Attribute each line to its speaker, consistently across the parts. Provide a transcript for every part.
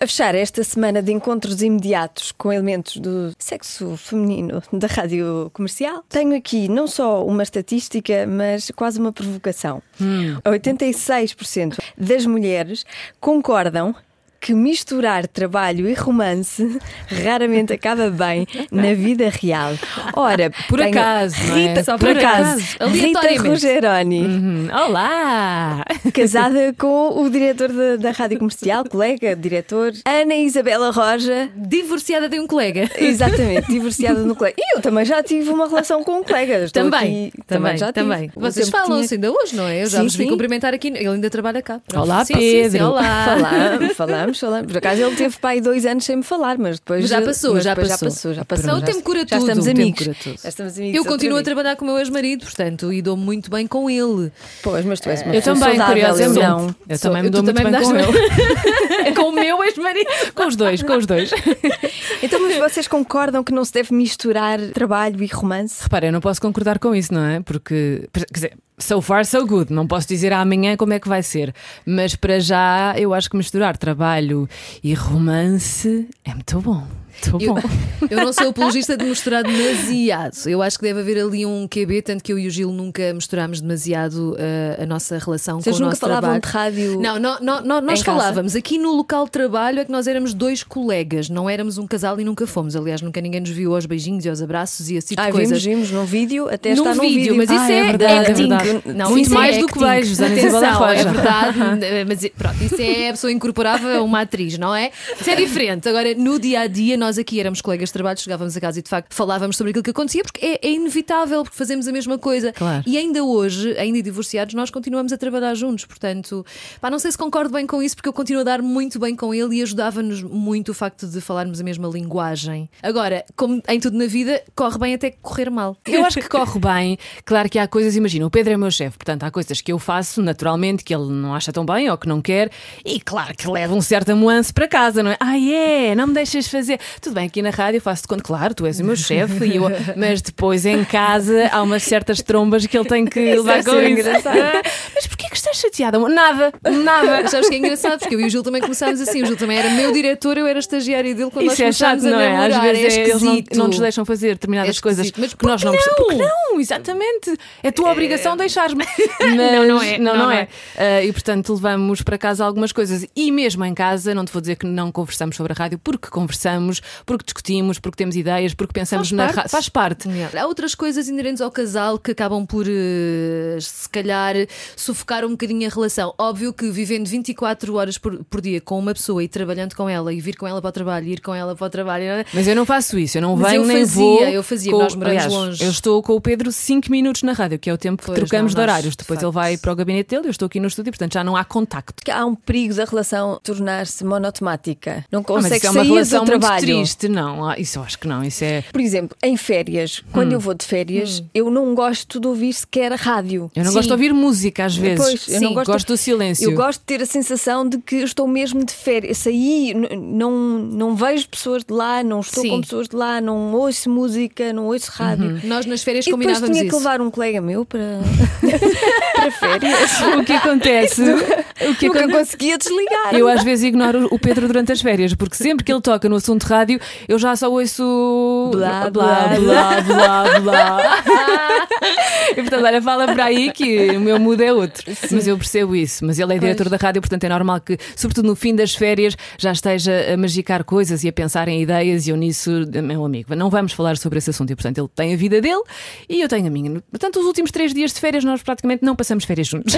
Speaker 1: A fechar esta semana de encontros imediatos com elementos do sexo feminino da rádio comercial, tenho aqui não só uma estatística, mas quase uma provocação.
Speaker 2: Hum.
Speaker 1: 86% das mulheres concordam que misturar trabalho e romance raramente acaba bem na vida real. Ora,
Speaker 2: Por
Speaker 1: tenho
Speaker 2: acaso, não é?
Speaker 1: Rita,
Speaker 2: Só
Speaker 1: por
Speaker 2: por
Speaker 1: acaso,
Speaker 2: acaso,
Speaker 1: Rita
Speaker 2: aleatoriamente.
Speaker 1: Rogeroni,
Speaker 2: Uhum. Olá!
Speaker 1: casada com o diretor da, da rádio comercial, colega, diretor, Ana Isabela Roja.
Speaker 2: Divorciada de um colega.
Speaker 1: Exatamente, divorciada no colega. E eu também já tive uma relação com um colega. Estou
Speaker 3: Também,
Speaker 1: aqui-
Speaker 3: também,
Speaker 1: já tive.
Speaker 3: também.
Speaker 1: O
Speaker 3: Vocês
Speaker 1: tempo que
Speaker 3: falam
Speaker 1: tinha-
Speaker 3: assim ainda hoje, não é? Eu já
Speaker 1: Sim,
Speaker 3: vos vi
Speaker 1: sim.
Speaker 3: cumprimentar aqui, ele ainda trabalha cá. Pronto.
Speaker 2: Olá,
Speaker 3: Sim, sim, sim,
Speaker 2: Pedro.
Speaker 3: olá.
Speaker 1: Falar, falámos, falámos. Por acaso ele teve pai dois anos sem me falar, mas depois.
Speaker 3: Mas já passou,
Speaker 1: mas
Speaker 3: já
Speaker 1: depois
Speaker 3: passou.
Speaker 1: já passou.
Speaker 3: Pronto.
Speaker 1: já
Speaker 3: O tempo cura
Speaker 1: já
Speaker 3: tudo,
Speaker 1: Estamos
Speaker 3: o tempo
Speaker 1: amigos.
Speaker 3: cura tudo.
Speaker 1: Já estamos amigos.
Speaker 3: Eu
Speaker 1: outra
Speaker 3: continuo a
Speaker 1: vez.
Speaker 3: trabalhar com o meu ex-marido, portanto, e dou muito bem com ele.
Speaker 1: Pois, mas tu és uma
Speaker 2: Eu
Speaker 1: pessoa
Speaker 2: também,
Speaker 1: saudável,
Speaker 2: curiosamente.
Speaker 1: eu não.
Speaker 2: Eu
Speaker 3: Sou-
Speaker 2: também me
Speaker 3: tu
Speaker 2: dou muito
Speaker 3: também
Speaker 2: bem
Speaker 3: me
Speaker 2: com
Speaker 3: dás-
Speaker 2: ele. com o meu ex-marido. Com os dois, com os dois.
Speaker 1: Então, mas vocês concordam que não se deve misturar trabalho e romance?
Speaker 2: Repara, eu não posso concordar com isso, não é? Porque, quer dizer, so far so good, não posso dizer amanhã como é que vai ser. Mas para já, eu acho que misturar trabalho e romance é muito bom. Muito
Speaker 3: Eu,
Speaker 2: bom.
Speaker 3: eu não sou apologista de misturar demasiado. Eu acho que deve haver ali um QB, tanto que eu e o Gil nunca misturámos demasiado uh, a nossa relação
Speaker 1: Vocês
Speaker 3: com o
Speaker 1: nunca
Speaker 3: nosso
Speaker 1: falavam
Speaker 3: trabalho.
Speaker 1: de rádio?
Speaker 3: Não, nó- nó- nó- nós
Speaker 1: Em casa?
Speaker 3: falávamos. Aqui no local de trabalho é que nós éramos dois colegas, não éramos um casal e nunca fomos. Aliás, nunca ninguém nos viu aos beijinhos e aos abraços e assim
Speaker 1: Ah,
Speaker 3: de
Speaker 1: vimos,
Speaker 3: coisas.
Speaker 1: vimos num vídeo, até
Speaker 3: Num
Speaker 1: está num
Speaker 3: vídeo, mas isso
Speaker 2: Ah,
Speaker 3: é,
Speaker 2: é verdade, é
Speaker 3: acting.
Speaker 2: verdade.
Speaker 3: Não,
Speaker 2: Muito
Speaker 3: isso é
Speaker 2: mais do que
Speaker 3: acting.
Speaker 2: beijos, Ana Isabela
Speaker 3: Atenção,
Speaker 2: Roja.
Speaker 3: É verdade, mas pronto, isso é a pessoa incorporava uma atriz, não é? Isso é diferente. Agora, no dia a dia, nós aqui éramos colegas de trabalho, chegávamos a casa e de facto falávamos sobre aquilo que acontecia, porque é, é inevitável, porque fazemos a mesma coisa.
Speaker 2: Claro.
Speaker 3: E ainda hoje, ainda divorciados, nós continuamos a trabalhar juntos. Portanto, pá, não sei se concordo bem com isso, porque eu continuo a dar muito bem com ele e ajudava-nos muito o facto de falarmos a mesma linguagem. Agora, como em tudo na vida, corre bem até correr mal.
Speaker 2: Eu acho que corre bem. Claro que há coisas, imagina, o Pedro é meu chefe, portanto há coisas que eu faço naturalmente que ele não acha tão bem ou que não quer, e claro que leva um certo amuance para casa, não é? Ah, é, não me deixas fazer. Tudo bem, aqui na rádio eu faço de conta, claro, tu és o meu chefe, e eu- mas depois em casa há umas certas trombas que ele tem que levar
Speaker 1: deve
Speaker 2: com
Speaker 1: ser
Speaker 2: isso.
Speaker 1: engraçado.
Speaker 2: Mas porquê que estás chateada? amor? Nada, nada.
Speaker 3: Mas Sabes que é engraçado, porque eu e o Gil também começámos assim. O Gil também era meu diretor, eu era estagiária dele quando nós
Speaker 2: Isso é chato,
Speaker 3: começámos a
Speaker 2: não é?
Speaker 3: namorar.
Speaker 2: Às vezes
Speaker 3: é
Speaker 2: é, eles não,
Speaker 3: esquisito.
Speaker 2: não nos deixam fazer
Speaker 3: É
Speaker 2: determinadas
Speaker 3: esquisito.
Speaker 2: coisas
Speaker 3: Mas
Speaker 2: que nós
Speaker 3: porque
Speaker 2: não
Speaker 3: não?
Speaker 2: Porque não, exatamente. É a tua obrigação deixar-me. não,
Speaker 3: não é,
Speaker 2: Não,
Speaker 3: não,
Speaker 2: não
Speaker 3: não
Speaker 2: é. Ah, e portanto levamos para casa algumas coisas. E mesmo em casa, não te vou dizer que não conversamos sobre a rádio, porque conversamos, porque discutimos, porque temos ideias, porque pensamos
Speaker 3: Faz
Speaker 2: na
Speaker 3: parte.
Speaker 2: rádio. Faz parte.
Speaker 3: Yeah. Há outras coisas inerentes ao casal que acabam por, eh, se calhar, sufocar um bocadinho a relação. Óbvio que vivendo 24 horas por, por dia com uma pessoa e trabalhando com ela, e vir com ela para o trabalho, e ir com ela para o trabalho, não é?
Speaker 2: Mas eu não faço isso, eu não
Speaker 3: Mas
Speaker 2: venho
Speaker 3: eu
Speaker 2: nem
Speaker 3: fazia,
Speaker 2: vou.
Speaker 3: eu fazia,
Speaker 2: com-
Speaker 3: nós moramos
Speaker 2: aliás,
Speaker 3: longe.
Speaker 2: Eu estou com o Pedro 5 minutos na rádio, que é o tempo que
Speaker 3: Pois,
Speaker 2: trocamos
Speaker 3: não,
Speaker 2: de
Speaker 3: nós,
Speaker 2: horários.
Speaker 3: de
Speaker 2: Depois
Speaker 3: facto.
Speaker 2: ele vai para o gabinete dele, eu estou aqui no estúdio, portanto já não há contacto.
Speaker 1: Que há um perigo da relação tornar-se monotemática. Não
Speaker 2: Ah, mas
Speaker 1: consegue
Speaker 2: isso é uma
Speaker 1: sair
Speaker 2: relação
Speaker 1: do trabalho.
Speaker 2: muito triste, não. ah, Isso eu acho que não. Isso é.
Speaker 1: Por exemplo, em férias, quando eu vou de férias, eu não gosto de ouvir sequer a rádio.
Speaker 2: Eu não
Speaker 3: Sim.
Speaker 2: gosto de ouvir música às vezes.
Speaker 1: Pois, eu não gosto,
Speaker 2: do silêncio.
Speaker 1: Eu gosto de ter a sensação de que estou mesmo de férias. Saí, n- não, não vejo pessoas de lá, não estou
Speaker 3: Sim. Uhum.
Speaker 1: com pessoas de lá, não ouço música, não ouço rádio.
Speaker 3: Nós nas férias
Speaker 1: E depois
Speaker 3: combinávamos
Speaker 1: tinha que
Speaker 3: isso.
Speaker 1: levar um colega meu para, para férias.
Speaker 2: O que acontece? o que
Speaker 1: Nunca
Speaker 2: aconte-
Speaker 1: conseguia desligar.
Speaker 2: Eu às vezes ignoro o Pedro durante as férias, porque sempre que ele toca no assunto de rádio, eu já só ouço
Speaker 1: Blá,
Speaker 2: blá, blá, blá, blá. e portanto, olha, fala para aí que o meu mood é outro. Mas eu percebo isso. Mas ele é diretor da rádio, portanto é normal que, sobretudo no fim das férias, já esteja a magicar coisas e a pensar em ideias. E eu nisso, meu amigo, não vamos falar sobre esse assunto. E portanto, ele tem a vida dele e eu tenho a minha. Portanto, os últimos três dias de férias, nós praticamente não passamos férias juntos.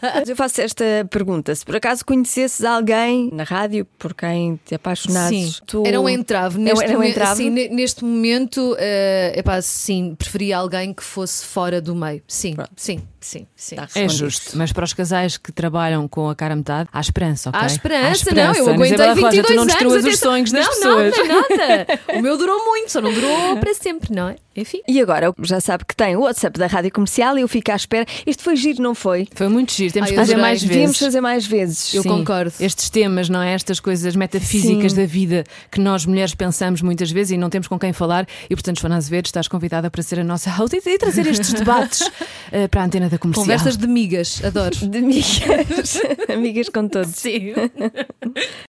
Speaker 1: Mas Eu faço esta pergunta: se por acaso conhecesses alguém na rádio por quem te apaixonasses, tu.
Speaker 3: Era um entrave.
Speaker 1: Era-
Speaker 3: Neste,
Speaker 1: era um
Speaker 3: momen-
Speaker 1: entrave?
Speaker 3: sim, ne- neste momento, eh, epá, sim, preferia alguém que fosse fora do meio. Sim, sim, sim, sim.
Speaker 1: Tá
Speaker 2: É
Speaker 1: respondido.
Speaker 2: justo, mas para os casais que trabalham com a cara a metade, há esperança, ok?
Speaker 3: Há esperança, não,
Speaker 2: esperança.
Speaker 3: eu aguentei
Speaker 2: Isabela
Speaker 3: 22
Speaker 2: Roja, tu não
Speaker 3: anos.
Speaker 2: destruas os
Speaker 3: atenção.
Speaker 2: sonhos das
Speaker 3: não,
Speaker 2: pessoas.
Speaker 3: Não, não, nada. O meu durou muito, só não durou para sempre, não é? Enfim.
Speaker 1: E agora já sabe que tem o WhatsApp da Rádio Comercial e eu fico à espera. Isto foi giro, não foi?
Speaker 2: Foi muito giro, temos
Speaker 3: Ai,
Speaker 2: que
Speaker 3: eu
Speaker 2: fazer
Speaker 3: adorei.
Speaker 2: mais
Speaker 1: Devíamos
Speaker 2: vezes.
Speaker 1: fazer mais vezes.
Speaker 3: Eu concordo.
Speaker 2: Estes temas, não é? Estas coisas metafísicas
Speaker 1: Sim.
Speaker 2: da vida que nós mulheres pensamos muitas vezes e não temos com quem falar. E portanto, Joana Azevedo, estás convidada para ser a nossa host e e trazer estes debates eh, para a antena da comercial.
Speaker 3: Conversas de migas, adoro.
Speaker 1: De amigas. amigas com todos.
Speaker 3: Sim.